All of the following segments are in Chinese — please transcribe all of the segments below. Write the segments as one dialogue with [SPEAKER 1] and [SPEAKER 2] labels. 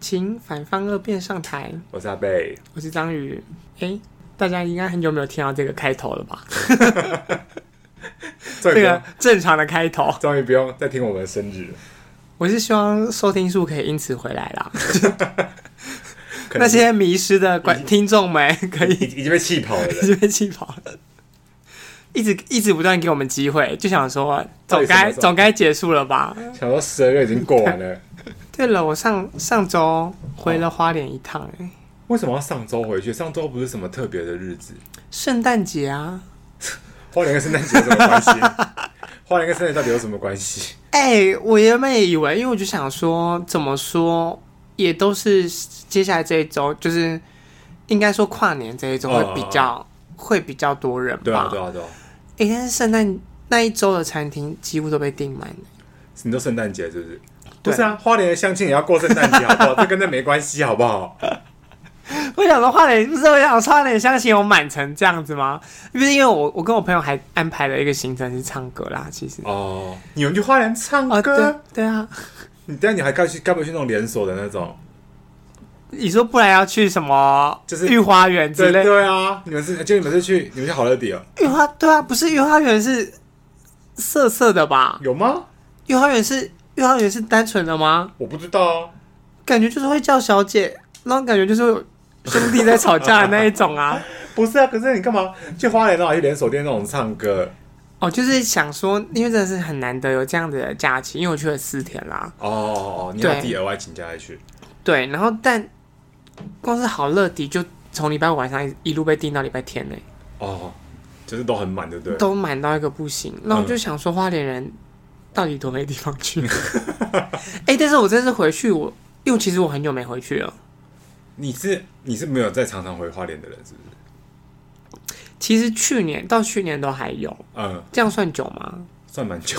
[SPEAKER 1] 请反方二辩上台。
[SPEAKER 2] 我是阿贝，
[SPEAKER 1] 我是章鱼。哎、大家应该很久没有听到这个开头了 吧？
[SPEAKER 2] 终于
[SPEAKER 1] 这
[SPEAKER 2] 不用
[SPEAKER 1] 个，正常的开头，
[SPEAKER 2] 终于不用再听我们的生日了。
[SPEAKER 1] 我是希望收听数可以因此回来 啦。
[SPEAKER 2] 可能
[SPEAKER 1] 那些迷失的观听众们可
[SPEAKER 2] 已
[SPEAKER 1] 以
[SPEAKER 2] 已经被 气跑了的
[SPEAKER 1] 一
[SPEAKER 2] 人，
[SPEAKER 1] 直被气跑了，一直一直不断给我们机会，就想说
[SPEAKER 2] 到
[SPEAKER 1] 总
[SPEAKER 2] 底什么
[SPEAKER 1] 该
[SPEAKER 2] 时候
[SPEAKER 1] 总该结束了吧？
[SPEAKER 2] 想说十二月已经过完了，
[SPEAKER 1] 对了，我上上周回了花莲一趟、哎，
[SPEAKER 2] 为什么要上周回去？上周不是什么特别的日子，
[SPEAKER 1] 圣诞节啊，
[SPEAKER 2] 花莲跟圣诞节有什么 关系？花莲跟圣诞到底有什么关系？
[SPEAKER 1] 哎、我原本也以为，因为我就想说，怎么说也都是接下来这一周，就是应该说跨年这一周会比较、会比较多人吧。
[SPEAKER 2] 啊对啊，对啊，对啊，
[SPEAKER 1] 哎、但是圣诞那一周的餐厅几乎都被订满了。
[SPEAKER 2] 你说圣诞节是不是？不
[SPEAKER 1] 对
[SPEAKER 2] 是啊，花莲的相亲也要过圣 诞节，好不好？这跟那没关系，好不好？
[SPEAKER 1] 我想说花莲，不是我想说花莲相信有满成这样子吗？不是因为我我跟我朋友还安排了一个行程是唱歌啦，其实。
[SPEAKER 2] 哦，你们去花莲唱
[SPEAKER 1] 啊，对
[SPEAKER 2] 歌，
[SPEAKER 1] 对啊，
[SPEAKER 2] 你但你还该去，该不会去那种连锁的那种？
[SPEAKER 1] 你说不然要去什么？
[SPEAKER 2] 就是
[SPEAKER 1] 御花园之
[SPEAKER 2] 对
[SPEAKER 1] 类的
[SPEAKER 2] 对啊，你们是就你们是去你们去好乐迪哦？
[SPEAKER 1] 御花对啊，不是御花园是色色的吧？
[SPEAKER 2] 有吗？
[SPEAKER 1] 幼儿园是幼儿园是单纯的吗？
[SPEAKER 2] 我不知道啊。
[SPEAKER 1] 感觉就是会叫小姐，然后感觉就是有兄弟在吵架的那一种啊。
[SPEAKER 2] 不是啊，可是你干嘛去花莲然后去连锁店那种唱歌？
[SPEAKER 1] 哦，就是想说，因为真的是很难得有这样子的假期，因为我去了四天啦。
[SPEAKER 2] 哦哦哦，你
[SPEAKER 1] 对
[SPEAKER 2] 要自己额外请假再去。
[SPEAKER 1] 对，然后但光是好乐迪就从礼拜五晚上一一路被订到礼拜天呢、
[SPEAKER 2] 哦，就是都很满，对不对？
[SPEAKER 1] 都满到一个不行。那我就想说，花莲人到底多没地方去？哎、但是我这次回去我，因为其实我很久没回去了。
[SPEAKER 2] 你是你是没有在常常回花莲的人，是不是？
[SPEAKER 1] 其实去年到去年都还有，
[SPEAKER 2] 嗯，
[SPEAKER 1] 这样算久吗？
[SPEAKER 2] 算蛮久。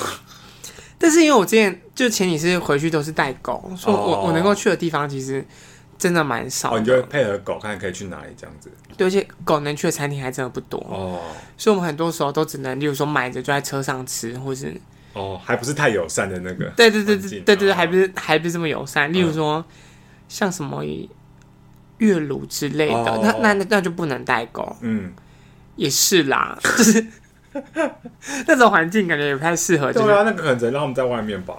[SPEAKER 1] 但是因为我之前就前提是回去都是带狗，所以我、
[SPEAKER 2] 哦
[SPEAKER 1] 我能够去的地方其实真的蛮少
[SPEAKER 2] 哦，
[SPEAKER 1] 的。
[SPEAKER 2] 你就会配合狗看可以去哪里这样子。
[SPEAKER 1] 对，而且狗能去的餐厅还真的不多，
[SPEAKER 2] 哦
[SPEAKER 1] 所以我们很多时候都只能，例如说买着就在车上吃，或是
[SPEAKER 2] 哦，还不是太友善的那个。
[SPEAKER 1] 对对对
[SPEAKER 2] 环
[SPEAKER 1] 对
[SPEAKER 2] 境
[SPEAKER 1] 对对对，
[SPEAKER 2] 哦嗯
[SPEAKER 1] 还不是还不是这么友善。例如说、像什么月乳之类的，
[SPEAKER 2] 哦
[SPEAKER 1] 那那那那就不能带狗，
[SPEAKER 2] 嗯，
[SPEAKER 1] 也是啦， 就是那种环境感觉也不太适合，就
[SPEAKER 2] 对
[SPEAKER 1] 是
[SPEAKER 2] 啊，那个可能只能让他们在外面吧。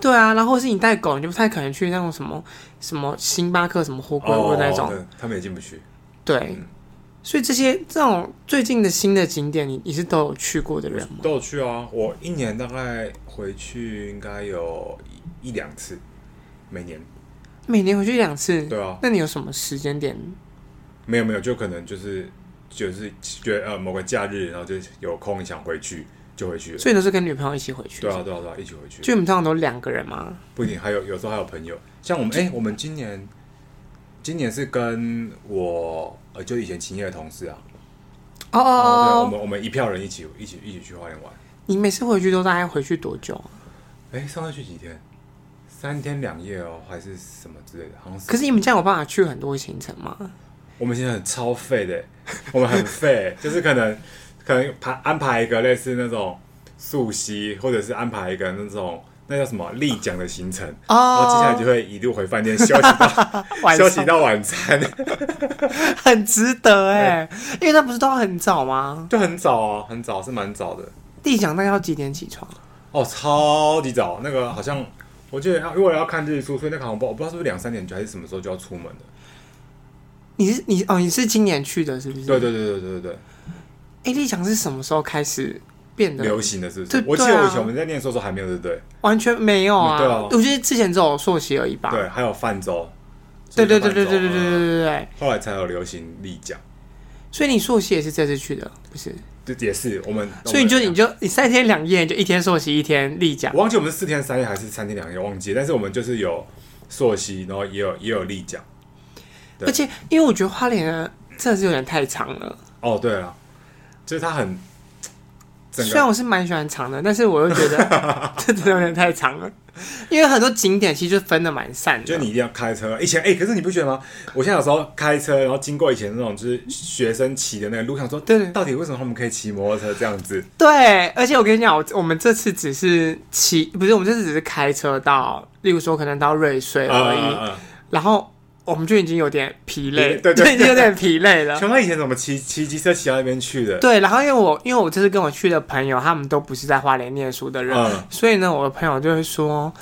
[SPEAKER 1] 对啊，然后是你带狗，你就不太可能去那种什么什么星巴克、什么火锅屋那种，
[SPEAKER 2] 哦对啊他们也进不去。
[SPEAKER 1] 对。
[SPEAKER 2] 嗯
[SPEAKER 1] 所以这些这种最近的新的景点，你你是都有去过的人吗？
[SPEAKER 2] 都有去啊，我一年大概回去应该有一一两次，每年。
[SPEAKER 1] 每年回去两次，
[SPEAKER 2] 对啊，
[SPEAKER 1] 那你有什么时间点？
[SPEAKER 2] 没有没有，就可能就是就是觉得呃某个假日，然后就有空想回去就回去了。
[SPEAKER 1] 所以都是跟女朋友一起回去。
[SPEAKER 2] 对啊对啊对啊，一起回去。
[SPEAKER 1] 就你们通常都两个人吗？
[SPEAKER 2] 不一定，还有有时候还有朋友，像我们哎、我们今年今年是跟我呃就以前勤业的同事啊，
[SPEAKER 1] 哦哦
[SPEAKER 2] 对啊，我
[SPEAKER 1] 哦哦，
[SPEAKER 2] 们我们一票人一起一起一起去花莲玩。
[SPEAKER 1] 你每次回去都大概回去多久啊？
[SPEAKER 2] 哎、上次去几天？三天两夜哦，还是什么之类的，好像是。
[SPEAKER 1] 可是你们这样有办法去很多行程吗？
[SPEAKER 2] 我们现在很超废的，我们 很废，就是可能可能排安排一个类似那种溯溪，或者是安排一个那种那叫什么丽江的行程，
[SPEAKER 1] 哦
[SPEAKER 2] 然后接下来就会一路回饭店休息到
[SPEAKER 1] 晚
[SPEAKER 2] 休
[SPEAKER 1] 上
[SPEAKER 2] 息到晚餐，
[SPEAKER 1] 很值得哎、因为那不是都要很早吗？
[SPEAKER 2] 就很早啊，很早是蛮早的
[SPEAKER 1] 地讲大概要几点起床？
[SPEAKER 2] 哦，超级早。那个好像我记得要，因为我要看日出，所以那个好像不我不知道是不是两三点就还是什么时候就要出门的。
[SPEAKER 1] 你是你哦，你是今年去的，是不是？
[SPEAKER 2] 对对对对对对
[SPEAKER 1] 哎，立奖是什么时候开始变
[SPEAKER 2] 对，
[SPEAKER 1] 得
[SPEAKER 2] 流行的是不
[SPEAKER 1] 对对
[SPEAKER 2] 是？
[SPEAKER 1] 啊
[SPEAKER 2] 我记得我以前我们在念书的时候还没有，对不对？
[SPEAKER 1] 完全没有啊？
[SPEAKER 2] 嗯对啊
[SPEAKER 1] 我觉得之前只有朔溪而已吧。
[SPEAKER 2] 对，还有泛舟。
[SPEAKER 1] 对对对对对对对
[SPEAKER 2] 泛舟
[SPEAKER 1] 对对
[SPEAKER 2] 嗯
[SPEAKER 1] 对。
[SPEAKER 2] 后来才有流行立奖，
[SPEAKER 1] 所以你朔溪也是这次去的，不是？
[SPEAKER 2] 这也是我们。
[SPEAKER 1] 所以你就
[SPEAKER 2] 我们
[SPEAKER 1] 你就你三天两夜，你就一天朔溪，一天立奖。
[SPEAKER 2] 我忘记我们是四天三夜还是三天两夜，忘记。但是我们就是有朔溪，然后也有也有立奖。对
[SPEAKER 1] 而且因为我觉得花莲的真的是有点太长了，
[SPEAKER 2] 哦，对了，就是它很整
[SPEAKER 1] 虽然
[SPEAKER 2] 个
[SPEAKER 1] 我是蛮喜欢长的，但是我又觉 得这真的有点太长了，因为很多景点其实就分的蛮散
[SPEAKER 2] 就
[SPEAKER 1] 的。
[SPEAKER 2] 你一定要开车。以前哎、可是你不觉得吗？我现在有时候开车，然后经过以前那种就是学生骑的那个路，想说，
[SPEAKER 1] 对对
[SPEAKER 2] 到底为什么他们可以骑摩托车这样子？
[SPEAKER 1] 对，而且我跟你讲，我我们这次只是骑，不是我们这次只是开车到，例如说可能到瑞穗而已，
[SPEAKER 2] 嗯嗯
[SPEAKER 1] 然后我们就已经有点疲累，
[SPEAKER 2] 对对对
[SPEAKER 1] 就已经有点疲累 了。
[SPEAKER 2] 像他以前怎么骑骑机车骑到那边去的？
[SPEAKER 1] 对，然后因为我因为我这次跟我去的朋友，他们都不是在花莲念书的人，
[SPEAKER 2] 嗯
[SPEAKER 1] 所以呢，我的朋友就会说：“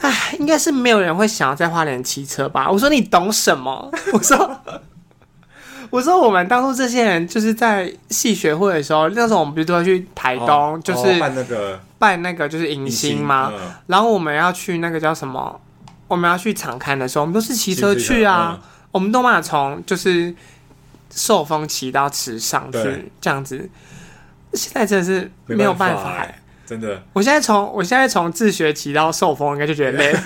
[SPEAKER 1] 哎，应该是没有人会想要在花莲骑车吧？”我说：“你懂什么？” 我说：“我说我们当初这些人就是在系学会的时候，那时候我们不是都会去台东，
[SPEAKER 2] 哦
[SPEAKER 1] 就
[SPEAKER 2] 哦
[SPEAKER 1] 是
[SPEAKER 2] 办那个
[SPEAKER 1] 办那个就是迎新吗？
[SPEAKER 2] 嗯
[SPEAKER 1] 然后我们要去那个叫什么？我们要去场刊的时候，我们都是骑车去啊。
[SPEAKER 2] 骑车
[SPEAKER 1] 我们都嘛从就是受风骑到池上去
[SPEAKER 2] 对
[SPEAKER 1] 这样子。现在真的是
[SPEAKER 2] 没
[SPEAKER 1] 没有
[SPEAKER 2] 办
[SPEAKER 1] 办
[SPEAKER 2] 法
[SPEAKER 1] 法、
[SPEAKER 2] 欸真的，
[SPEAKER 1] 我现在从我现在从自学骑到受风，应该就觉得累了。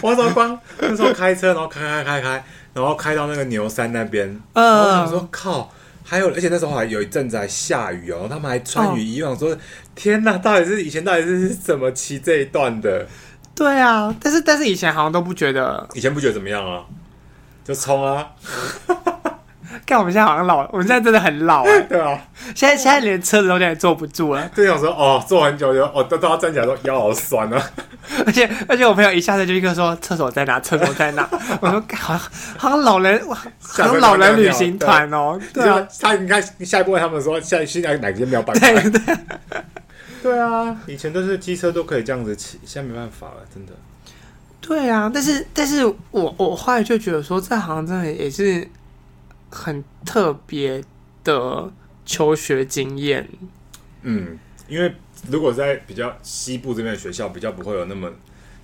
[SPEAKER 2] 我那时候光那时候开车，然后开开开开，然后开到那个牛山那边，然后我想
[SPEAKER 1] 嗯，
[SPEAKER 2] 说靠，还有，而且那时候还有一阵子还下雨哦，然后他们还穿雨衣，我想说天哪，到底是以前到底是怎么骑这一段的？
[SPEAKER 1] 对啊，但是但是以前好像都不觉得，
[SPEAKER 2] 以前不觉得怎么样啊，就冲啊，
[SPEAKER 1] 看我们现在好像老，我们现在真的很老、欸，
[SPEAKER 2] 对啊，
[SPEAKER 1] 现在现在连车子都有点坐不住了，
[SPEAKER 2] 就想说哦，坐很久就哦，都都要站起来说腰好酸啊，
[SPEAKER 1] 而且而且我朋友一下子就立刻说厕所在哪，厕所在 哪，我说好像好像老人，哇好
[SPEAKER 2] 下
[SPEAKER 1] 像
[SPEAKER 2] 车
[SPEAKER 1] 老人
[SPEAKER 2] 尿尿
[SPEAKER 1] 旅行团哦、对啊，，
[SPEAKER 2] 他你看下一步问他们说下现在哪些没有办法？
[SPEAKER 1] 对对。
[SPEAKER 2] 对啊，以前都是机车都可以这样子骑，现在没办法了，真的。
[SPEAKER 1] 对啊，但是但是我我后来就觉得说，这好像真的也是很特别的求学经验。
[SPEAKER 2] 嗯，因为如果在比较西部这边的学校，比较不会有那么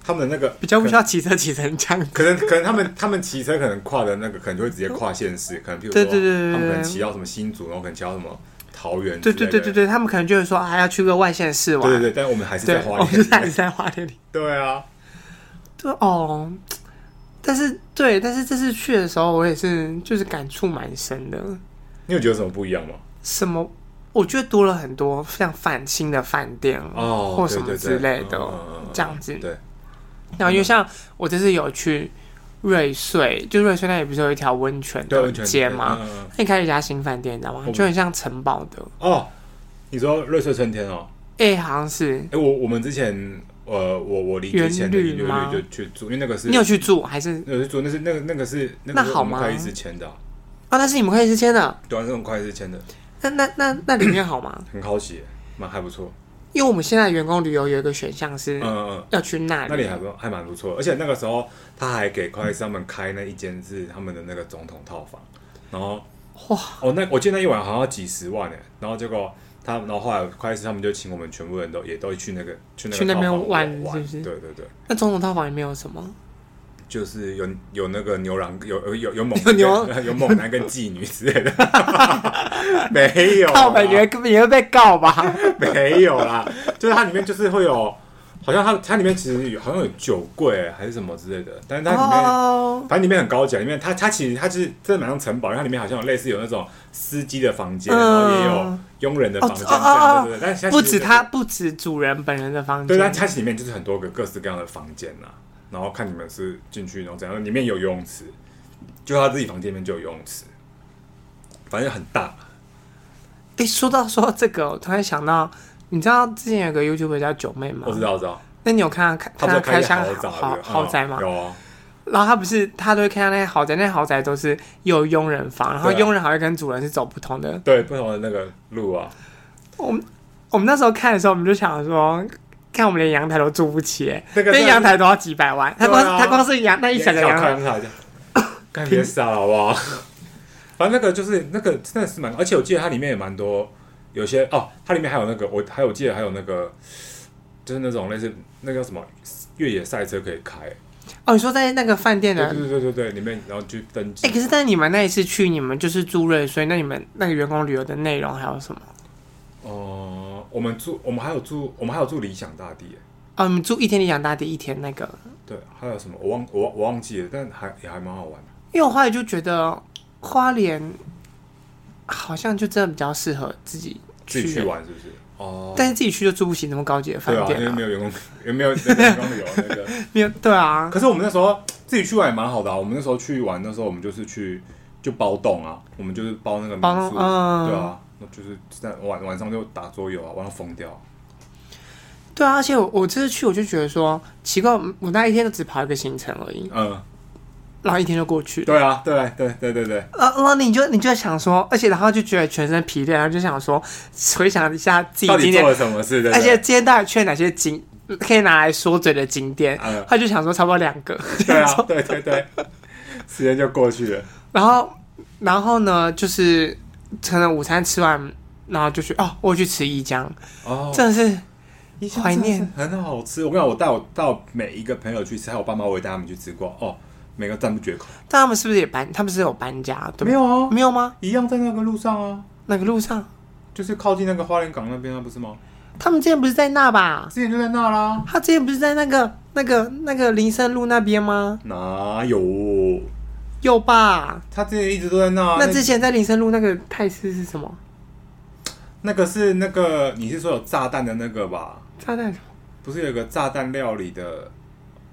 [SPEAKER 2] 他们的那个
[SPEAKER 1] 比较不
[SPEAKER 2] 可
[SPEAKER 1] 需要骑车骑成这样。
[SPEAKER 2] 可能可能他们他们骑车可能跨的那个可能就会直接跨县市，可能譬如
[SPEAKER 1] 对
[SPEAKER 2] 说
[SPEAKER 1] 对对对对
[SPEAKER 2] 他们可能骑到什么新竹，然后可能骑到什么桃园 之
[SPEAKER 1] 对
[SPEAKER 2] 类的，
[SPEAKER 1] 对对对对，他们可能就会说，啊，要去个外县市玩。
[SPEAKER 2] 对对对，但我们还是在花
[SPEAKER 1] 我们就还
[SPEAKER 2] 莲
[SPEAKER 1] 是，在花莲里。
[SPEAKER 2] 对啊，
[SPEAKER 1] 对哦，但是对，但是这次去的时候，我也是就是感触蛮深的。
[SPEAKER 2] 你有觉得什么不一样吗？
[SPEAKER 1] 什么？我觉得多了很多像饭新的饭店
[SPEAKER 2] 哦，
[SPEAKER 1] 或什么
[SPEAKER 2] 对
[SPEAKER 1] 之
[SPEAKER 2] 对对
[SPEAKER 1] 类的
[SPEAKER 2] 嗯嗯嗯嗯
[SPEAKER 1] 这样子。
[SPEAKER 2] 对，嗯
[SPEAKER 1] 然后因为像我这次有去瑞穗，就瑞穗那里不是有一条温泉
[SPEAKER 2] 对
[SPEAKER 1] 的
[SPEAKER 2] 温泉
[SPEAKER 1] 街
[SPEAKER 2] 街
[SPEAKER 1] 吗？
[SPEAKER 2] 嗯嗯哦嗯
[SPEAKER 1] 那你开了一家新饭店，你知道吗？
[SPEAKER 2] 我
[SPEAKER 1] 就很像城堡的，
[SPEAKER 2] 哦，你说瑞穗春天哦，
[SPEAKER 1] 哎、好像是
[SPEAKER 2] 哎，我我们之前呃，我我离职前的
[SPEAKER 1] 元
[SPEAKER 2] 一
[SPEAKER 1] 旅
[SPEAKER 2] 六
[SPEAKER 1] 吗
[SPEAKER 2] 六就去住，因为那个是
[SPEAKER 1] 你有去住还是
[SPEAKER 2] 那个是住，那是那个那个是那
[SPEAKER 1] 那
[SPEAKER 2] 个是
[SPEAKER 1] 好
[SPEAKER 2] 我们
[SPEAKER 1] 吗
[SPEAKER 2] 会计师签的啊，
[SPEAKER 1] 啊？那是你们会计师签的，
[SPEAKER 2] 对啊，是我们会计师签的，
[SPEAKER 1] 那那那那里面好 吗？
[SPEAKER 2] 很好奇，蛮还不错，
[SPEAKER 1] 因为我们现在员工旅游有一个选项是
[SPEAKER 2] 嗯嗯嗯。
[SPEAKER 1] 要去那里，
[SPEAKER 2] 那里还不还蛮不错，而且那个时候他还给会计师他们开那一间是他们的那个总统套房，然后
[SPEAKER 1] 哇，
[SPEAKER 2] 哦那我记得那一晚好像要几十万哎，然后结果他然后后来会计师他们就请我们全部人都也都去那个去那个
[SPEAKER 1] 去那边
[SPEAKER 2] 套房
[SPEAKER 1] 玩
[SPEAKER 2] 玩
[SPEAKER 1] 是不是
[SPEAKER 2] 对对对，
[SPEAKER 1] 那总统套房里面有什么？
[SPEAKER 2] 就是有有那个牛郎有有有猛
[SPEAKER 1] 有牛
[SPEAKER 2] 有猛男跟妓女之类的， 没有啦，
[SPEAKER 1] 靠哦北，你会根本也会被告 吧？
[SPEAKER 2] 没有啦，就是它里面就是会有，好像它它里面其实有好像有酒柜还是什么之类的，但是它里面。
[SPEAKER 1] 哦，
[SPEAKER 2] 反正里面很高级啊，里面它它其实它是真的蛮像城堡，因为它里面好像有类似有那种司机的房间，
[SPEAKER 1] 嗯
[SPEAKER 2] 然后也有佣人的房间，
[SPEAKER 1] 哦哦哦
[SPEAKER 2] 对对对。但是它
[SPEAKER 1] 不
[SPEAKER 2] 其实
[SPEAKER 1] 止他，，不止主人本人的房
[SPEAKER 2] 对，但
[SPEAKER 1] 间，
[SPEAKER 2] 它其实里面就是很多个各式各样的房间呐、然后看你们是进去然后怎样，里面有游泳池，就他自己房间里面就有游泳池，反正很大。
[SPEAKER 1] 哎、说到说到这个，我突然想到，你知道之前有个 YouTube 叫九妹吗？
[SPEAKER 2] 我知道，我知道，
[SPEAKER 1] 那你有看他看
[SPEAKER 2] 他不
[SPEAKER 1] 他
[SPEAKER 2] 是
[SPEAKER 1] 开
[SPEAKER 2] 开
[SPEAKER 1] 箱
[SPEAKER 2] 豪宅
[SPEAKER 1] 豪
[SPEAKER 2] 的
[SPEAKER 1] 豪
[SPEAKER 2] 嗯
[SPEAKER 1] 宅吗？
[SPEAKER 2] 有啊，
[SPEAKER 1] 然后他不是他都会看到那些豪宅，那些豪宅都是有佣人房，然后
[SPEAKER 2] 对啊
[SPEAKER 1] 佣人好像跟主人是走不同的。
[SPEAKER 2] 对，不同的那个路啊，
[SPEAKER 1] 我们我们那时候看的时候，我们就想说，看我们连阳台都住不起、欸，
[SPEAKER 2] 那个
[SPEAKER 1] 连
[SPEAKER 2] 真的
[SPEAKER 1] 阳台都要几百万，他
[SPEAKER 2] 对
[SPEAKER 1] 光、
[SPEAKER 2] 啊
[SPEAKER 1] 他光是阳那一
[SPEAKER 2] 小
[SPEAKER 1] 整个
[SPEAKER 2] 看
[SPEAKER 1] 阳台，
[SPEAKER 2] 看他，干别傻了好不好？反正那个就是那个真的是蛮，而且我记得它里面也蛮多，有些哦，它里面还有那个我还有记得还有那个，就是那种类似那个叫什么越野赛车可以开，
[SPEAKER 1] 哦，你说在那个饭店
[SPEAKER 2] 对
[SPEAKER 1] 的，
[SPEAKER 2] 对对对对，里面然后去登记
[SPEAKER 1] 哎、，可是但你们那一次去，你们就是住瑞穗，那你们那个员工旅游的内容还有什么？
[SPEAKER 2] 哦，我们住我们还有住我们还有住理想大地耶，
[SPEAKER 1] 哦，你们住一天理想大地，一天那个，
[SPEAKER 2] 对，还有什么我忘我忘我忘记了，但还也还蛮好玩的，
[SPEAKER 1] 因为我后来就觉得花莲好像就真的比较适合自己
[SPEAKER 2] 自己去
[SPEAKER 1] 欸
[SPEAKER 2] 玩是不是？哦，
[SPEAKER 1] 但是自己去就住不起那么高级的饭
[SPEAKER 2] 对啊，因
[SPEAKER 1] 店
[SPEAKER 2] 为没有员工，也没有那个员工旅游那个。
[SPEAKER 1] 没有对啊，
[SPEAKER 2] 可是我们那时候自己去玩也蛮好的啊。我们那时候去玩，那时候我们就是去就包栋啊，我们就是包那个民
[SPEAKER 1] 包栋
[SPEAKER 2] 宿，
[SPEAKER 1] 嗯
[SPEAKER 2] 对啊，那就是在晚晚上就打桌游啊，玩到疯掉。
[SPEAKER 1] 对啊，而且我我这次去我就觉得说奇怪，我那一天就只跑一个行程而已，
[SPEAKER 2] 嗯，
[SPEAKER 1] 然后一天就过去了。
[SPEAKER 2] 对啊，对对对对对，
[SPEAKER 1] 呃，然后你就你就想说，而且然后就觉得全身疲累，然后就想说回想一下自己
[SPEAKER 2] 到底
[SPEAKER 1] 今
[SPEAKER 2] 做
[SPEAKER 1] 天，
[SPEAKER 2] 了什么事？对
[SPEAKER 1] 而
[SPEAKER 2] 不对
[SPEAKER 1] 且今天到底去了哪些景可以拿来说嘴的景点，
[SPEAKER 2] 嗯
[SPEAKER 1] 他就想说差不多两个，
[SPEAKER 2] 对啊，对对对，时间就过去了。
[SPEAKER 1] 然后然后呢就是可能午餐吃完，然后就去哦，我去吃一江，
[SPEAKER 2] 哦，
[SPEAKER 1] 真的是
[SPEAKER 2] 一箱
[SPEAKER 1] 怀
[SPEAKER 2] 真的
[SPEAKER 1] 念
[SPEAKER 2] 是很好吃。我跟你讲，我带我到每一个朋友去吃，还有我爸妈，我也带他们去吃过。哦，每个赞不绝口。
[SPEAKER 1] 但他们是不是也搬？他们是有搬家？对
[SPEAKER 2] 没
[SPEAKER 1] 有
[SPEAKER 2] 有啊，
[SPEAKER 1] 没有吗？
[SPEAKER 2] 一样在那个路上啊，
[SPEAKER 1] 哪个路上？
[SPEAKER 2] 就是靠近那个花莲港那边啊，不是吗？
[SPEAKER 1] 他们之前不是在那吧？
[SPEAKER 2] 之前就在那啦。
[SPEAKER 1] 他之前不是在那个那个那个林森路那边吗？
[SPEAKER 2] 哪有？
[SPEAKER 1] 有吧？
[SPEAKER 2] 他之前一直都啊在那啊。
[SPEAKER 1] 那之前在林森路那个泰式是什么？
[SPEAKER 2] 那个是那个，你是说有炸弹的那个吧？
[SPEAKER 1] 炸弹什么？
[SPEAKER 2] 不是有个炸弹料理的，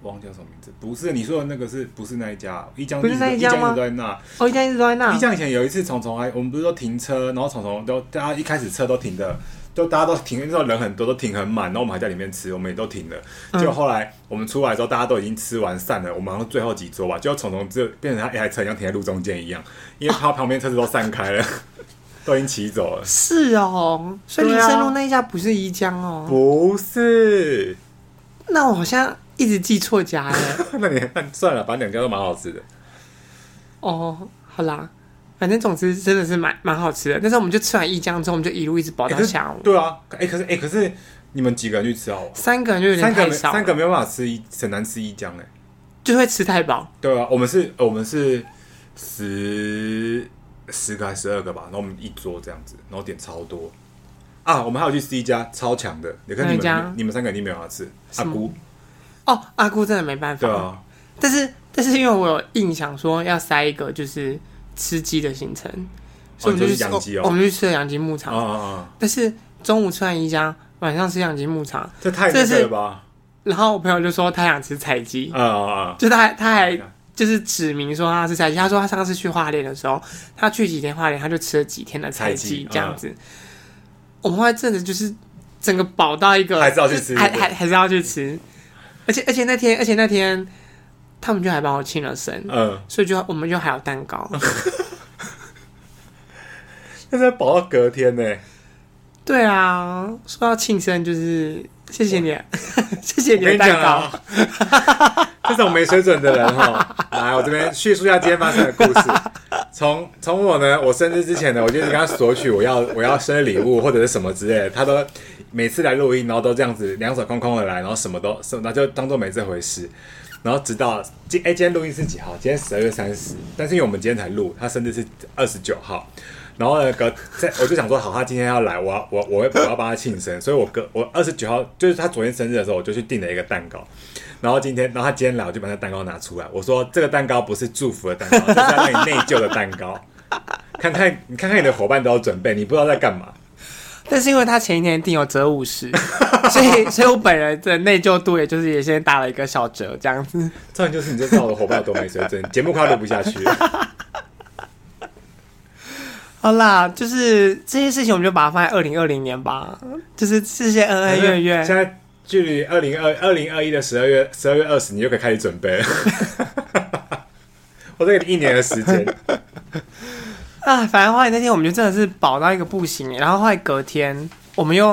[SPEAKER 2] 忘记叫什么名字？不是，你说的那个是不是那一家？一江
[SPEAKER 1] 不是那一家吗
[SPEAKER 2] 直都在那。啊
[SPEAKER 1] 哦，一家一直都在那
[SPEAKER 2] 一。江以前有一次，虫虫还我们不是说停车，然后虫虫都大家一开始车都停的，都大家都停，那时候人很多，都停很满，然后我们还在里面吃，我们也都停了。
[SPEAKER 1] 嗯
[SPEAKER 2] 结果后来我们出来之后，大家都已经吃完散了，我们好像最后几桌吧，结果虫虫只有变成他一台车一样停在路中间一样，因为他旁边车子都散开了， 都已经骑走了。
[SPEAKER 1] 是哦，所以
[SPEAKER 2] 对
[SPEAKER 1] 林
[SPEAKER 2] 啊
[SPEAKER 1] 森路那一家不是一江哦。
[SPEAKER 2] 不是，
[SPEAKER 1] 那我好像一直记错家 了。
[SPEAKER 2] 那你那算了，反正两家都蛮好吃的。
[SPEAKER 1] 哦，好啦，反正总之真的是蛮蛮好吃的。但是我们就吃完一江之后，我们就一路一直跑
[SPEAKER 2] 欸
[SPEAKER 1] 到
[SPEAKER 2] 可是
[SPEAKER 1] 下午。
[SPEAKER 2] 对啊，哎、可是哎、可是你们几个人去吃好不好？
[SPEAKER 1] 三个人就有点
[SPEAKER 2] 三个
[SPEAKER 1] 太
[SPEAKER 2] 没
[SPEAKER 1] 少了，
[SPEAKER 2] 三个没有办法吃一，很难吃一江哎、
[SPEAKER 1] 就会吃太饱。
[SPEAKER 2] 对啊，我们是，我们是十十个还是十二个吧，然后我们一桌这样子，然后点超多啊。我们还有去 C 家超强的，你看
[SPEAKER 1] 哪一
[SPEAKER 2] 你
[SPEAKER 1] 家
[SPEAKER 2] 们你们三个一定没有办法吃
[SPEAKER 1] 什
[SPEAKER 2] 阿
[SPEAKER 1] 么
[SPEAKER 2] 姑，
[SPEAKER 1] 哦，阿姑真的没办法。
[SPEAKER 2] 对啊，
[SPEAKER 1] 但是但是因为我有印象说要塞一个就是吃鸡的行程，所以我们
[SPEAKER 2] 就
[SPEAKER 1] 就是去、
[SPEAKER 2] 养鸡哦
[SPEAKER 1] 我们就去吃了养鸡牧
[SPEAKER 2] 啊
[SPEAKER 1] 场。
[SPEAKER 2] 啊啊，
[SPEAKER 1] 但是中午吃完一家，晚上吃养鸡牧场，
[SPEAKER 2] 这太
[SPEAKER 1] 这
[SPEAKER 2] 那
[SPEAKER 1] 是
[SPEAKER 2] 个了吧？
[SPEAKER 1] 然后我朋友就说他想吃彩鸡，
[SPEAKER 2] 啊啊啊！
[SPEAKER 1] 就他他还
[SPEAKER 2] 哎呀
[SPEAKER 1] 就是指明说他是彩鸡，他说他上次去花莲的时候，他去几天花莲，他就吃了几天的彩
[SPEAKER 2] 彩
[SPEAKER 1] 鸡
[SPEAKER 2] 鸡
[SPEAKER 1] 这样子。我们后来真的就是整个饱到一个，
[SPEAKER 2] 还是要去吃
[SPEAKER 1] 还
[SPEAKER 2] 对
[SPEAKER 1] 还还是要去吃，而且而且那天而且那天他们就还帮我庆了生，
[SPEAKER 2] 嗯，
[SPEAKER 1] 所以就我们就还有蛋糕。
[SPEAKER 2] 那是保到隔天呢、
[SPEAKER 1] 对啊，说到庆生就是谢谢你， 谢谢
[SPEAKER 2] 我
[SPEAKER 1] 你
[SPEAKER 2] 跟
[SPEAKER 1] 的
[SPEAKER 2] 你
[SPEAKER 1] 蛋
[SPEAKER 2] 讲
[SPEAKER 1] 糕。
[SPEAKER 2] 啊， 这种没水准的人哈，来，我这边叙述一下今天发生的故事。从从我呢，我生日之前呢，我就一直跟他索取我要我要生日礼物或者是什么之类的，他都每次来录音，然后都这样子两手空空的来，然后什么都什么，那就当做没这回事。然后直到今哎、今天录音是几号？今天十二月三十，但是因为我们今天才录，他生日是二十九号。然后呢，隔在我就想说，好，他今天要来，我要我我会我要帮他庆生，所以我隔我二十九号就是他昨天生日的时候，我就去订了一个蛋糕。然后今天，然后他今天来，我就把那蛋糕拿出来，我说这个蛋糕不是祝福的蛋糕，这是要让你内疚的蛋糕。 看看你看看你的伙伴都有准备，你不知道在干嘛。
[SPEAKER 1] 但是因为他前一天订有折五十， 所以所以我本人的内疚度也就是也先打了一个小折这样子。
[SPEAKER 2] 重点就是你就知道我的伙伴有多没水准，节目快要录不下去了。
[SPEAKER 1] 好啦，就是这些事情我们就把它放在二零二零年吧，就是这些恩恩怨
[SPEAKER 2] 现
[SPEAKER 1] 怨。
[SPEAKER 2] 在距离二零二二零二一的十二月十二月二十，你就可以开始准备了。 我再给你一年的时间。
[SPEAKER 1] 啊，反正后来那天我们就真的是饱到一个不行，然后后来隔天我们又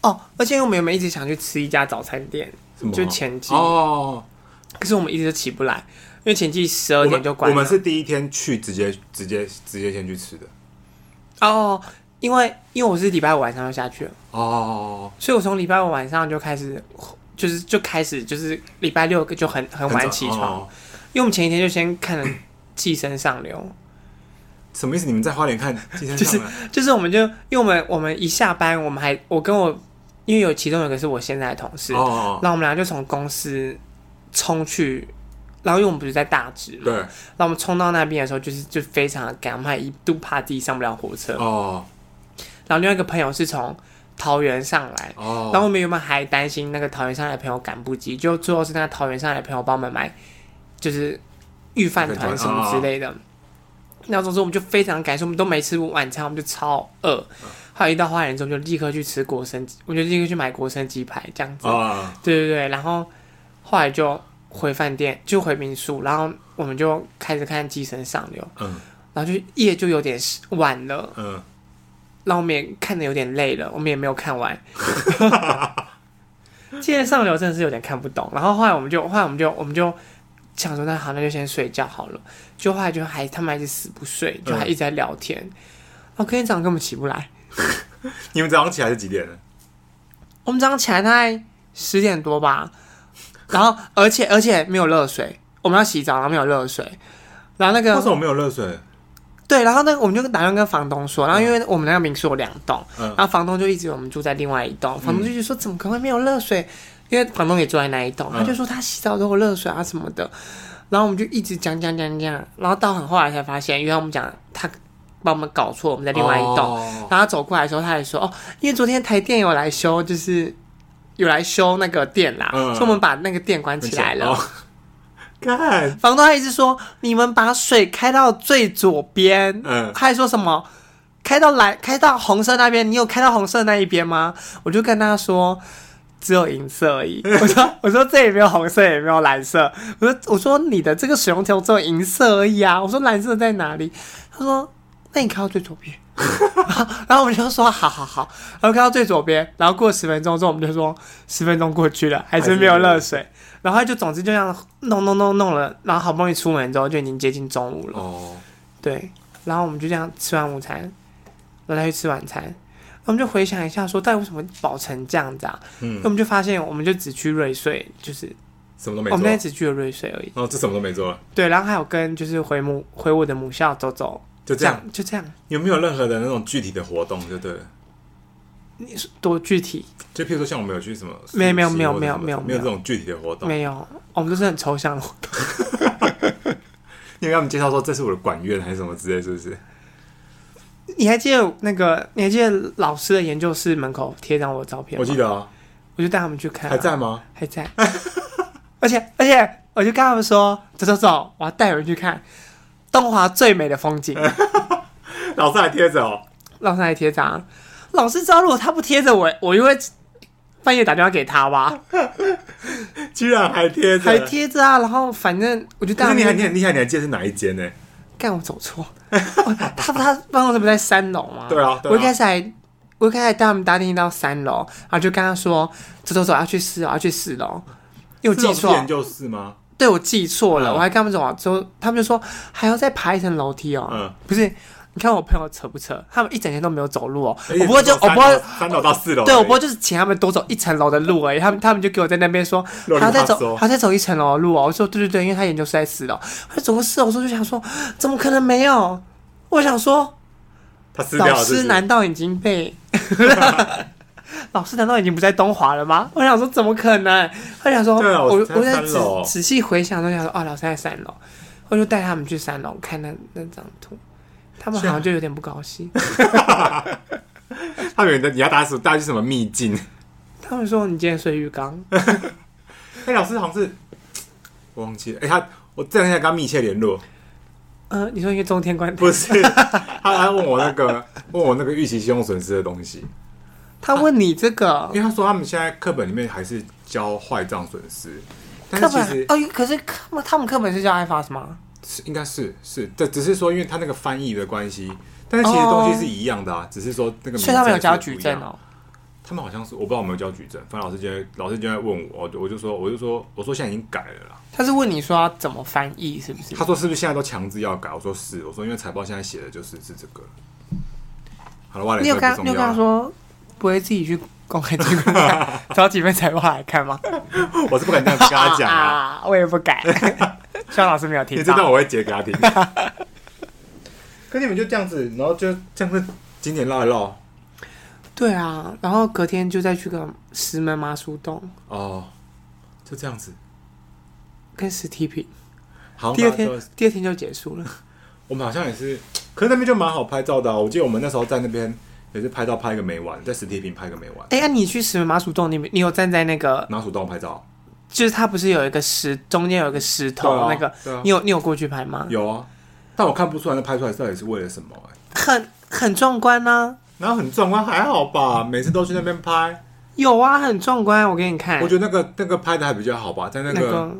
[SPEAKER 1] 哦，而且因为我们原本一直想去吃一家早餐店， 就前季，
[SPEAKER 2] 哦，
[SPEAKER 1] 可是我们一直都起不来，因为前季十
[SPEAKER 2] 我
[SPEAKER 1] 二点
[SPEAKER 2] 们
[SPEAKER 1] 就关
[SPEAKER 2] 我
[SPEAKER 1] 了。
[SPEAKER 2] 们是第一天去，直接直接直接先去吃的。
[SPEAKER 1] 哦，因为因为我是礼拜五晚上就下去了。
[SPEAKER 2] 哦，
[SPEAKER 1] 所以我从礼拜五晚上就开始，就是就开始就是礼拜六就很很晚起床，
[SPEAKER 2] 哦
[SPEAKER 1] 因为我们前一天就先看了《寄生上流
[SPEAKER 2] 什么意思？你们在花莲看今天
[SPEAKER 1] 就是
[SPEAKER 2] 上来》，
[SPEAKER 1] 就是我们就因为我们我们一下班，我们还我跟我因为有其中有一个是我现在的同事，
[SPEAKER 2] 哦哦，哦
[SPEAKER 1] 然后我们俩就从公司冲去。然后因为我们不是在大直嘛，
[SPEAKER 2] 对
[SPEAKER 1] 然后我们冲到那边的时候，就是就非常的赶，我们还一度怕自己上不了火车。
[SPEAKER 2] 哦
[SPEAKER 1] 然后另外一个朋友是从桃园上来，
[SPEAKER 2] 哦，
[SPEAKER 1] 然后我们原本还担心那个桃园上来的朋友赶不及，就最后是那桃园上来的朋友帮我们买，就是御饭团什么之类的。那总之我们就非常感谢，我们都没吃晚餐，我们就超饿。后来一到花莲之后，我们就立刻去吃国生鸡，我们就立刻去买国生鸡排这样子。
[SPEAKER 2] 啊，
[SPEAKER 1] 对对对，然后后来就回饭店，就回民宿，然后我们就开始看《寄生上流》，
[SPEAKER 2] 嗯
[SPEAKER 1] 然后就夜就有点晚了，
[SPEAKER 2] 嗯，
[SPEAKER 1] 然后我们也看的有点累了，我们也没有看完。 接着上流真的是有点看不懂，然后后来我们就后来我们就我们就想说，那好，那就先睡觉好了。就后来就还他们还是死不睡，
[SPEAKER 2] 嗯
[SPEAKER 1] 就还一直在聊天。哦然后隔天早上根本起不来，
[SPEAKER 2] 你们早上起来是几点呢？
[SPEAKER 1] 我们早上起来大概十点多吧，然后而且而且没有热水，我们要洗澡，然后没有热水，然后那
[SPEAKER 2] 为什
[SPEAKER 1] 个
[SPEAKER 2] 么没有热水？
[SPEAKER 1] 对，然后那个我们就打算跟房东说，然后因为我们那个民宿有两栋，
[SPEAKER 2] 嗯，
[SPEAKER 1] 然后房东就一直我们住在另外一栋，房东就一直说怎么可能会没有热水？因为房东也住在那一栋，
[SPEAKER 2] 嗯
[SPEAKER 1] 他就说他洗澡都有热水啊什么的。然后我们就一直讲讲讲讲，然后到很后来才发现，原来我们讲他把我们搞错，我们在另外一栋。
[SPEAKER 2] 栋，
[SPEAKER 1] 然后他走过来的时候，他还说哦，因为昨天台电有来修，就是有来修那个电啦，
[SPEAKER 2] 嗯
[SPEAKER 1] 所以我们把那个电关起来了。
[SPEAKER 2] 哦。 干，
[SPEAKER 1] 房东还一直说你们把水开到最左边，
[SPEAKER 2] 嗯
[SPEAKER 1] 他还说什么开到蓝开到红色那边，你有开到红色那一边吗？我就跟他说只有银色而 已，我说我说这也没有红色也没有蓝色，我说我说你的这个水龙头只有银色而已啊，我说蓝色在哪里？他说那你开到最左 边。然后，然后我们就说好好好，然后开到最左边，然后过十分钟之后，我们就说十分钟过去了，还是没有热水，然后他就总之就这样弄弄弄弄了，然后好不容易出门之后就已经接近中午了，
[SPEAKER 2] 哦，
[SPEAKER 1] 对，然后我们就这样吃完午餐，然后再去吃晚餐，然后我们就回想一下说到底为什么饱成这样子啊？
[SPEAKER 2] 嗯
[SPEAKER 1] 那我们就发现我们就只去瑞穗，就是
[SPEAKER 2] 什么都没
[SPEAKER 1] 我们那天只
[SPEAKER 2] 做，
[SPEAKER 1] 去了瑞穗而已，
[SPEAKER 2] 哦，这什么都没做，
[SPEAKER 1] 对，然后还有跟就是回母回我的母校走走，
[SPEAKER 2] 就这样，
[SPEAKER 1] 就这样，
[SPEAKER 2] 有没有任何的那种具体的活动就对了？
[SPEAKER 1] 多具体
[SPEAKER 2] 就譬如说像我们有去什么，
[SPEAKER 1] 没有没有没有
[SPEAKER 2] 或者
[SPEAKER 1] 没有
[SPEAKER 2] 什么
[SPEAKER 1] 没有
[SPEAKER 2] 没有这种具体的活动，
[SPEAKER 1] 没有，我们都是很抽象的活动，
[SPEAKER 2] 因为他们介绍说这是我的管院还是什么之类，是不是？
[SPEAKER 1] 你还记得那个你还记得老师的研究室门口贴一张我的照片吗？
[SPEAKER 2] 我记得啊，
[SPEAKER 1] 我就带他们去看、啊，
[SPEAKER 2] 还在吗？
[SPEAKER 1] 还在， 而且而且我就跟他们说，走走走，我要带你们去看东华最美的风景。
[SPEAKER 2] 老师还贴着哦，
[SPEAKER 1] 老师还贴张，老师知道如果他不贴着我，我就会半夜打电话给他吧，
[SPEAKER 2] 居然还贴着，
[SPEAKER 1] 还。贴着啊。然后反正我就带
[SPEAKER 2] 可
[SPEAKER 1] 他
[SPEAKER 2] 是
[SPEAKER 1] 们去看，
[SPEAKER 2] 你还你很厉害，你还记得是哪一间呢？
[SPEAKER 1] 干我走错，哦他他办公室不在三楼吗？
[SPEAKER 2] 对啊，对啊
[SPEAKER 1] 我一开始还，我一开始带他们搭电梯到三楼，然后就跟他说走走走，要去四楼，要去四楼，因为我
[SPEAKER 2] 是
[SPEAKER 1] 记
[SPEAKER 2] 老师
[SPEAKER 1] 错，
[SPEAKER 2] 研究室吗？
[SPEAKER 1] 对我记错了，
[SPEAKER 2] 嗯
[SPEAKER 1] 我还跟他们讲之后，他们就说还要再爬一层楼梯哦。
[SPEAKER 2] 嗯
[SPEAKER 1] 不是，你看我朋友扯不扯？他们一整天都没有走路哦。
[SPEAKER 2] 而且
[SPEAKER 1] 我不过就
[SPEAKER 2] 只有
[SPEAKER 1] 我
[SPEAKER 2] 三
[SPEAKER 1] 不过
[SPEAKER 2] 楼哎三楼到四楼而已，
[SPEAKER 1] 对我不过就是请他们多走一层楼的路而已。他们他们就给我在那边说
[SPEAKER 2] 啰里
[SPEAKER 1] 还要再
[SPEAKER 2] 吧
[SPEAKER 1] 走
[SPEAKER 2] 嗦
[SPEAKER 1] 还要再走一层楼的路哦。我说对对对，因为他研究室在四楼，他走过四楼之后就想说怎么可能没有？我想说
[SPEAKER 2] 他撕掉
[SPEAKER 1] 老
[SPEAKER 2] 了是不
[SPEAKER 1] 师
[SPEAKER 2] 是，
[SPEAKER 1] 难道已经 被？老师难道已经不在东华了吗？我想说怎么可能？他想说，
[SPEAKER 2] 对啊
[SPEAKER 1] 我
[SPEAKER 2] 我在
[SPEAKER 1] 我在
[SPEAKER 2] 三
[SPEAKER 1] 仔
[SPEAKER 2] 楼
[SPEAKER 1] 仔细回想，都想说，哦，老师在三楼，我就带他们去三楼看那那张图，他们好像就有点不高 兴。
[SPEAKER 2] 他们有的你要打什打去什么秘境？
[SPEAKER 1] 他们说你今天睡浴 缸，
[SPEAKER 2] 哎，老师好像是我忘记了，哎，他我这两天才跟他密切联络，
[SPEAKER 1] 呃，你说因为中天关
[SPEAKER 2] 不 是，他还问我那个问我那个预期信用损失的东西，
[SPEAKER 1] 他问你这个
[SPEAKER 2] 啊因为他说他们现在课本里面还是教坏账损失，但
[SPEAKER 1] 课
[SPEAKER 2] 是其
[SPEAKER 1] 本
[SPEAKER 2] 实
[SPEAKER 1] 哦，可是课本他们课本是叫 IFAS 吗？
[SPEAKER 2] 是应该是是，这只是说因为他那个翻译的关系，但是其实东西是一样的啊，只是说那个
[SPEAKER 1] 哦
[SPEAKER 2] 名
[SPEAKER 1] 所以他们有
[SPEAKER 2] 称
[SPEAKER 1] 教
[SPEAKER 2] 是
[SPEAKER 1] 矩
[SPEAKER 2] 不一样
[SPEAKER 1] 阵哦。
[SPEAKER 2] 他们好像是我不知道有没有教矩阵，反正老师今天老师今天问我，我就我就说我就说我说现在已经改了啦。
[SPEAKER 1] 他是问你说要怎么翻译，是不是
[SPEAKER 2] 他？说是不是现在都强制要改？我说是，我说因为财报现在写的就是是这个了。好了，外
[SPEAKER 1] 你有
[SPEAKER 2] 联
[SPEAKER 1] 跟
[SPEAKER 2] 赛
[SPEAKER 1] 他
[SPEAKER 2] 不
[SPEAKER 1] 你有
[SPEAKER 2] 重
[SPEAKER 1] 跟他
[SPEAKER 2] 要啊了，
[SPEAKER 1] 说不会自己去公 开机 关看，找几份财报来看吗？
[SPEAKER 2] 我是不敢这样子跟他讲 啊。
[SPEAKER 1] 啊，我也不 敢。希望老师没有
[SPEAKER 2] 你
[SPEAKER 1] 听
[SPEAKER 2] 知道
[SPEAKER 1] 到。
[SPEAKER 2] 我会截给他听。可你们就这样子，然后就这样子经典绕一绕
[SPEAKER 1] 对啊，然后隔天就再去个石门麻苏洞
[SPEAKER 2] 哦，就这样子。
[SPEAKER 1] 跟石梯坪，
[SPEAKER 2] 好，
[SPEAKER 1] 第二
[SPEAKER 2] 哦那
[SPEAKER 1] 天
[SPEAKER 2] 就
[SPEAKER 1] 第二天就结束了。
[SPEAKER 2] 我们好像也是，可是那边就蛮好拍照的、啊。我记得我们那时候在那边也是拍照拍一个没完，在实体屏拍一个没完，
[SPEAKER 1] 哎、啊，你去石门麻苏洞，你你有站在那个，
[SPEAKER 2] 拿手刀拍照。
[SPEAKER 1] 就是它不是有一个石，中间有一个石头、
[SPEAKER 2] 对啊
[SPEAKER 1] 那个，
[SPEAKER 2] 对啊
[SPEAKER 1] 你有你有过去拍吗？
[SPEAKER 2] 有啊，但我看不出来那拍出来到底是为了什么、欸。
[SPEAKER 1] 很很壮观啊呢、
[SPEAKER 2] 然后很壮观，还好吧？每次都去那边拍，
[SPEAKER 1] 有啊，很壮观，我给你看。
[SPEAKER 2] 我觉得那个那个拍的还比较好吧，在那
[SPEAKER 1] 哎那
[SPEAKER 2] 个、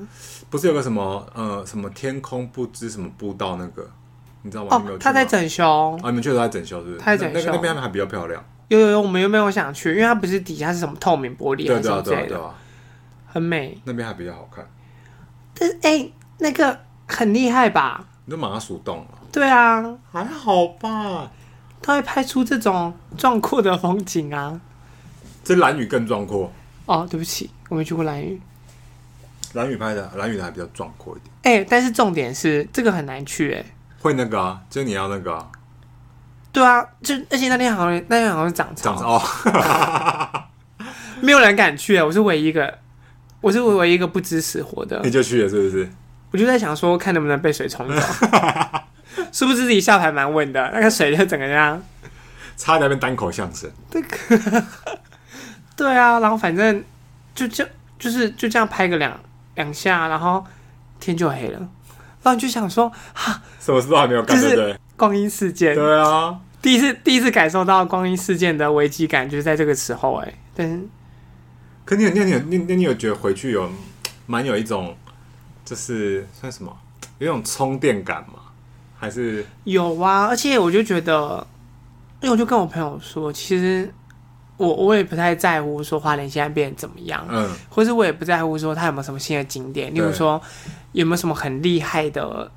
[SPEAKER 2] 不是有个什么呃什么天空不知什么步道那个，你知道吗？你没有
[SPEAKER 1] 哦，
[SPEAKER 2] 去
[SPEAKER 1] 他在
[SPEAKER 2] 吗
[SPEAKER 1] 整熊，
[SPEAKER 2] 啊，你们去的时候在整修是不是？
[SPEAKER 1] 他在整
[SPEAKER 2] 那那
[SPEAKER 1] 修
[SPEAKER 2] 那边还比较漂亮，
[SPEAKER 1] 有有有，我们原本有想去，因为它不是底下是什么透明玻璃
[SPEAKER 2] 对
[SPEAKER 1] 还
[SPEAKER 2] 啊
[SPEAKER 1] 是
[SPEAKER 2] 对
[SPEAKER 1] 什
[SPEAKER 2] 啊
[SPEAKER 1] 么之
[SPEAKER 2] 对啊
[SPEAKER 1] 类
[SPEAKER 2] 对
[SPEAKER 1] 的，
[SPEAKER 2] 啊，
[SPEAKER 1] 很美。
[SPEAKER 2] 那边还比较好看。
[SPEAKER 1] 但是哎、那个很厉害吧？
[SPEAKER 2] 你就马上数洞了，
[SPEAKER 1] 对啊，
[SPEAKER 2] 还好吧？
[SPEAKER 1] 他会拍出这种壮阔的风景啊。
[SPEAKER 2] 这蓝雨更壮阔，
[SPEAKER 1] 哦，对不起，我没去过蓝屿。
[SPEAKER 2] 蓝雨拍的蓝雨的还比较壮阔一点，
[SPEAKER 1] 哎、但是重点是这个很难去哎、
[SPEAKER 2] 会那个啊，就是你要那个啊，
[SPEAKER 1] 对啊，就而且那天好像那天好像是涨
[SPEAKER 2] 这样
[SPEAKER 1] 潮，
[SPEAKER 2] 子哦，
[SPEAKER 1] 没有人敢去、欸，我是唯一一个，我是唯一一个不知死活的
[SPEAKER 2] 你。就去了是不是？
[SPEAKER 1] 我就在想说，看能不能被水 冲走，殊不知自己下盘蛮稳的，那个水就整个这样。
[SPEAKER 2] 差点在那边单口相声，
[SPEAKER 1] 对啊，然后反正就这就是就这样拍个两两下，然后天就黑了，然后你就想说
[SPEAKER 2] 什么事都还没有干，
[SPEAKER 1] 就是
[SPEAKER 2] 对不对？
[SPEAKER 1] 光阴似箭，
[SPEAKER 2] 对啊，
[SPEAKER 1] 第一次第一次感受到光阴似箭的危机感，就是在这个时候哎、但是
[SPEAKER 2] 可你有那你有那那你有觉得回去有蛮有一种，就是算什么，有一种充电感吗？还是
[SPEAKER 1] 有啊，而且我就觉得，因为我就跟我朋友说，其实我我也不太在乎说花莲现在变得怎么样，啊
[SPEAKER 2] 嗯
[SPEAKER 1] 或是我也不在乎说它有没有什么新的景点，例如
[SPEAKER 2] 对
[SPEAKER 1] 说有没有什么很厉害的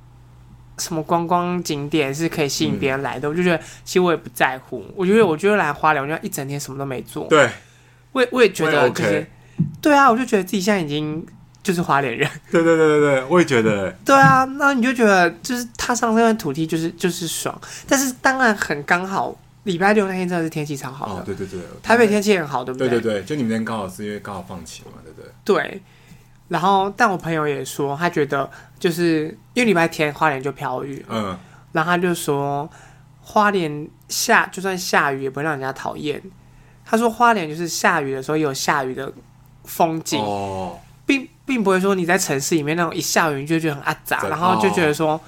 [SPEAKER 1] 什么观光景点是可以吸引别人来的。我就觉得，其实我也不在乎。我觉得，我觉得来花莲，我就一整天什么都没做。
[SPEAKER 2] 嗯对
[SPEAKER 1] 我也我也觉
[SPEAKER 2] 我
[SPEAKER 1] 得
[SPEAKER 2] 也
[SPEAKER 1] 就
[SPEAKER 2] OK
[SPEAKER 1] 是，对啊，我就觉得自己现在已经就是花莲人。
[SPEAKER 2] 对对对对对，我也觉得。欸
[SPEAKER 1] 对啊，那你就觉得就是踏上这块土地就是就是爽，但是当然很刚好，礼拜六那天真的是天气超好的，
[SPEAKER 2] 哦，对对对，
[SPEAKER 1] 台北天气很好，对不
[SPEAKER 2] 对对
[SPEAKER 1] 对
[SPEAKER 2] 对，就你们那天刚好是因为刚好放晴嘛，对不对？
[SPEAKER 1] 对然后，但我朋友也说，他觉得就是因为礼拜天花莲就飘雨，
[SPEAKER 2] 嗯，
[SPEAKER 1] 然后他就说花莲下就算下雨也不会让人家讨厌。他说花莲就是下雨的时候也有下雨的风景，
[SPEAKER 2] 哦，
[SPEAKER 1] 并并不会说你在城市里面那种一下雨你就觉得很阿啊杂，
[SPEAKER 2] 对
[SPEAKER 1] 然后就觉得说，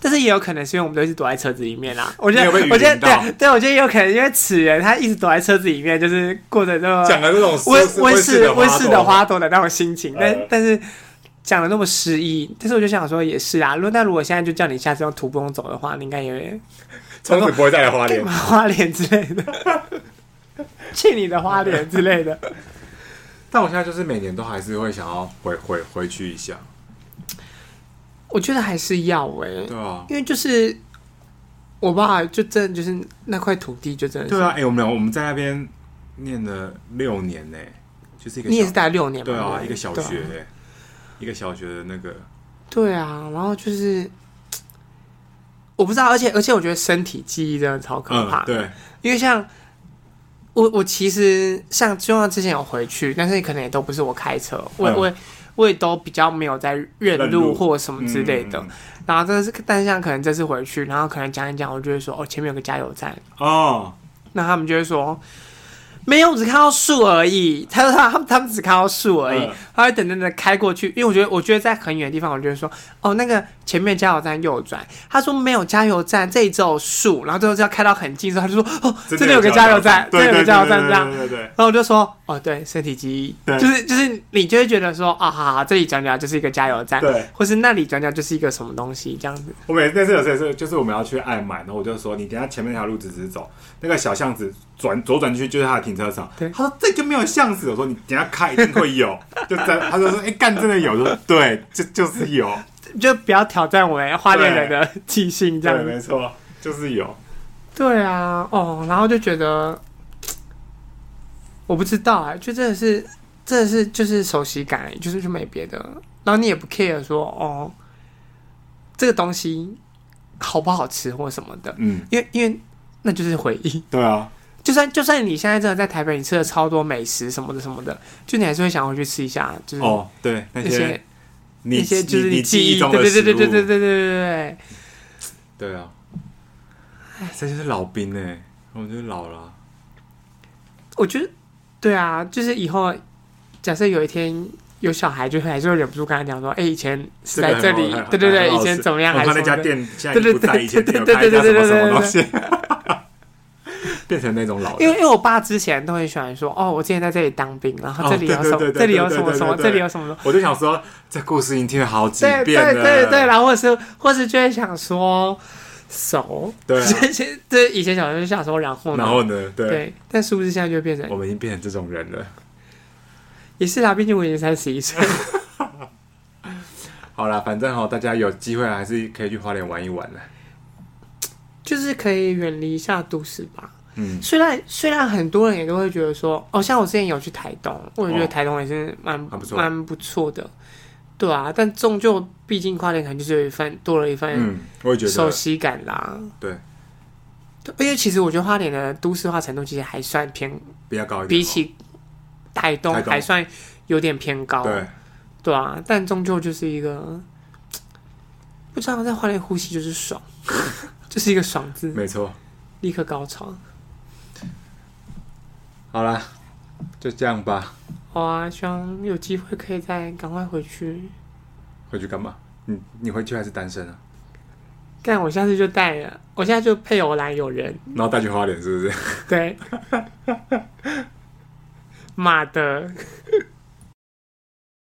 [SPEAKER 1] 但是也有可能是因为我们都一直躲在车子里面 啦。我觉得，
[SPEAKER 2] 没有被雨
[SPEAKER 1] 我觉得
[SPEAKER 2] 淋到
[SPEAKER 1] 对对，我觉得也有可能因为此人他一直躲在车子里面，就是过着这
[SPEAKER 2] 讲
[SPEAKER 1] 么
[SPEAKER 2] 了这种
[SPEAKER 1] 温温室温室的
[SPEAKER 2] 花
[SPEAKER 1] 花朵的那种心情，但
[SPEAKER 2] 呃
[SPEAKER 1] 但是。讲的那么诗意，但是我就想说也是啊。如果那如果现在就叫你下次用徒步用走的话，你应该也会
[SPEAKER 2] 朵，从此不会再来花莲。
[SPEAKER 1] 花脸之类的， 去你的花脸之类的。
[SPEAKER 2] 但我现在就是每年都还是会想要回回回去一下，
[SPEAKER 1] 我觉得还是要哎、
[SPEAKER 2] 对啊，
[SPEAKER 1] 因为就是我爸就真的就是那块土地就真的是，
[SPEAKER 2] 对啊，哎、我们俩我们在那边念了六年呢、就是一个
[SPEAKER 1] 你也
[SPEAKER 2] 小
[SPEAKER 1] 是待六年嘛，
[SPEAKER 2] 对啊，
[SPEAKER 1] 不
[SPEAKER 2] 一个小学、
[SPEAKER 1] 对啊，
[SPEAKER 2] 欸，一个小学的那个，
[SPEAKER 1] 对啊然后就是我不知道，而且而且我觉得身体记忆真的超可怕的，
[SPEAKER 2] 嗯，对，
[SPEAKER 1] 因为像。我我其实像就像之前有回去，但是可能也都不是我开车，我、
[SPEAKER 2] 嗯
[SPEAKER 1] 我我也都比较没有在认
[SPEAKER 2] 认
[SPEAKER 1] 路
[SPEAKER 2] 路
[SPEAKER 1] 或什么之类的。
[SPEAKER 2] 嗯
[SPEAKER 1] 然后这是，但是像可能这次回去，然后可能讲一讲，我就会说哦，前面有个加油站，
[SPEAKER 2] 哦，
[SPEAKER 1] 那他们就会说。没有，我只看到树而已。他说他他们他们只看到树而已，
[SPEAKER 2] 嗯
[SPEAKER 1] 他会等等的开过去，因为我觉得我觉得在很远的地方，我就会说哦，那个前面加油站右转。他说没有加油站，这里只有树。然后最后就要开到很近的时候，他就说哦，这里有个加油站，这里
[SPEAKER 2] 对
[SPEAKER 1] 有个
[SPEAKER 2] 对
[SPEAKER 1] 加油站这样。
[SPEAKER 2] 对对对对
[SPEAKER 1] 然后我就说哦，对，身体记忆，
[SPEAKER 2] 对
[SPEAKER 1] 就是就是你就会觉得说啊，好好，这里转角就是一个加油站，
[SPEAKER 2] 对
[SPEAKER 1] 或是那里转角就是一个什么东西这样子。
[SPEAKER 2] 我每次那次有次是就是我们要去爱买，然后我就说你等一下前面那条路直直走，那个小巷子转左转去就是他的停车场。
[SPEAKER 1] 对
[SPEAKER 2] 他说这就没有巷子，我说你等一下开一定会有，就真他就说哎、干真的有，我说对就就是有，
[SPEAKER 1] 就不要挑战我们花莲人的记性这
[SPEAKER 2] 对
[SPEAKER 1] 样子。
[SPEAKER 2] 没错就是有，
[SPEAKER 1] 对啊，哦，然后就觉得，我不知道哎、就真的是，真的是就是熟悉感而已、就是就没别的，然后你也不 care 说哦，这个东西好不好吃或什么的，
[SPEAKER 2] 嗯
[SPEAKER 1] 因为因为那就是回忆。
[SPEAKER 2] 对啊
[SPEAKER 1] 就算就算你现在真的在台北，你吃了超多美食什么的什么的，就你还是会想回去吃一下，就是
[SPEAKER 2] 哦对那
[SPEAKER 1] 那
[SPEAKER 2] 些
[SPEAKER 1] 些
[SPEAKER 2] 你
[SPEAKER 1] 那些就是
[SPEAKER 2] 你你
[SPEAKER 1] 记
[SPEAKER 2] 忆
[SPEAKER 1] 忆，对
[SPEAKER 2] 中的
[SPEAKER 1] 对对对对对对
[SPEAKER 2] 对
[SPEAKER 1] 对对。
[SPEAKER 2] 对啊，这就是老兵哎、我们就老了啊，
[SPEAKER 1] 我觉得，对啊，就是以后假设有一天有小孩就会还是会忍不住跟他讲说，哎、以前是
[SPEAKER 2] 个
[SPEAKER 1] 在
[SPEAKER 2] 很
[SPEAKER 1] 这
[SPEAKER 2] 好
[SPEAKER 1] 里
[SPEAKER 2] 很，好
[SPEAKER 1] 对对对，
[SPEAKER 2] 很好
[SPEAKER 1] 以前
[SPEAKER 2] 吃
[SPEAKER 1] 怎么样，
[SPEAKER 2] 我
[SPEAKER 1] 还是
[SPEAKER 2] 看那
[SPEAKER 1] 什么
[SPEAKER 2] 家
[SPEAKER 1] 的
[SPEAKER 2] 店现在已经不在，
[SPEAKER 1] 对对对
[SPEAKER 2] 以前店有
[SPEAKER 1] 对
[SPEAKER 2] 开一家
[SPEAKER 1] 对
[SPEAKER 2] 什
[SPEAKER 1] 对
[SPEAKER 2] 么什么东
[SPEAKER 1] 对
[SPEAKER 2] 西， 变成那种老
[SPEAKER 1] 因为因
[SPEAKER 2] 人。
[SPEAKER 1] 为我爸之前都很喜欢说，哦，我之前在这里当兵，然后
[SPEAKER 2] 哦
[SPEAKER 1] 这里有什
[SPEAKER 2] 对对对
[SPEAKER 1] 么，
[SPEAKER 2] 对
[SPEAKER 1] 这里有什么
[SPEAKER 2] 对对对
[SPEAKER 1] 什么，
[SPEAKER 2] 对对
[SPEAKER 1] 这里有什么什么，
[SPEAKER 2] 我就想说，这故事已经听了好几
[SPEAKER 1] 对
[SPEAKER 2] 遍
[SPEAKER 1] 对
[SPEAKER 2] 了，
[SPEAKER 1] 对对，然后或是或是就会想说熟，
[SPEAKER 2] 对啊
[SPEAKER 1] 这些这以前小时候就想说，然后呢，
[SPEAKER 2] 然后呢？对，
[SPEAKER 1] 对，但殊不知现在就变成
[SPEAKER 2] 我们已经变成这种人了。
[SPEAKER 1] 也是啦，毕竟我已经三十一岁，
[SPEAKER 2] 好啦，反正哈，大家有机会还是可以去花莲玩一玩的。
[SPEAKER 1] 就是可以远离一下都市吧。
[SPEAKER 2] 嗯，
[SPEAKER 1] 虽然虽然很多人也都会觉得说，哦，像我之前有去台东，我也觉
[SPEAKER 2] 哦
[SPEAKER 1] 得台东也是蛮
[SPEAKER 2] 蛮不错
[SPEAKER 1] 蛮不错的，对啊，但终究毕竟跨年可能就是有一份多了一份
[SPEAKER 2] 嗯，我也觉
[SPEAKER 1] 熟
[SPEAKER 2] 得，
[SPEAKER 1] 悉感啦。
[SPEAKER 2] 对，
[SPEAKER 1] 对而且其实我觉得花莲的都市化程度其实还算偏，
[SPEAKER 2] 比较高一点。哦
[SPEAKER 1] 比起台东
[SPEAKER 2] 台东
[SPEAKER 1] 还算有点偏高，
[SPEAKER 2] 对，
[SPEAKER 1] 对啊，但终究就是一个不知道在花莲呼吸就是爽， 就是一个爽字，
[SPEAKER 2] 没错。
[SPEAKER 1] 立刻高潮。
[SPEAKER 2] 好啦，就这样吧。
[SPEAKER 1] 好啊，希望有机会可以再赶快回去。
[SPEAKER 2] 回去干嘛？你你回去还是单身啊？
[SPEAKER 1] 但我下次就带了，我现在就配偶栏有人，
[SPEAKER 2] 然后带去花莲是不是？
[SPEAKER 1] 对，妈的，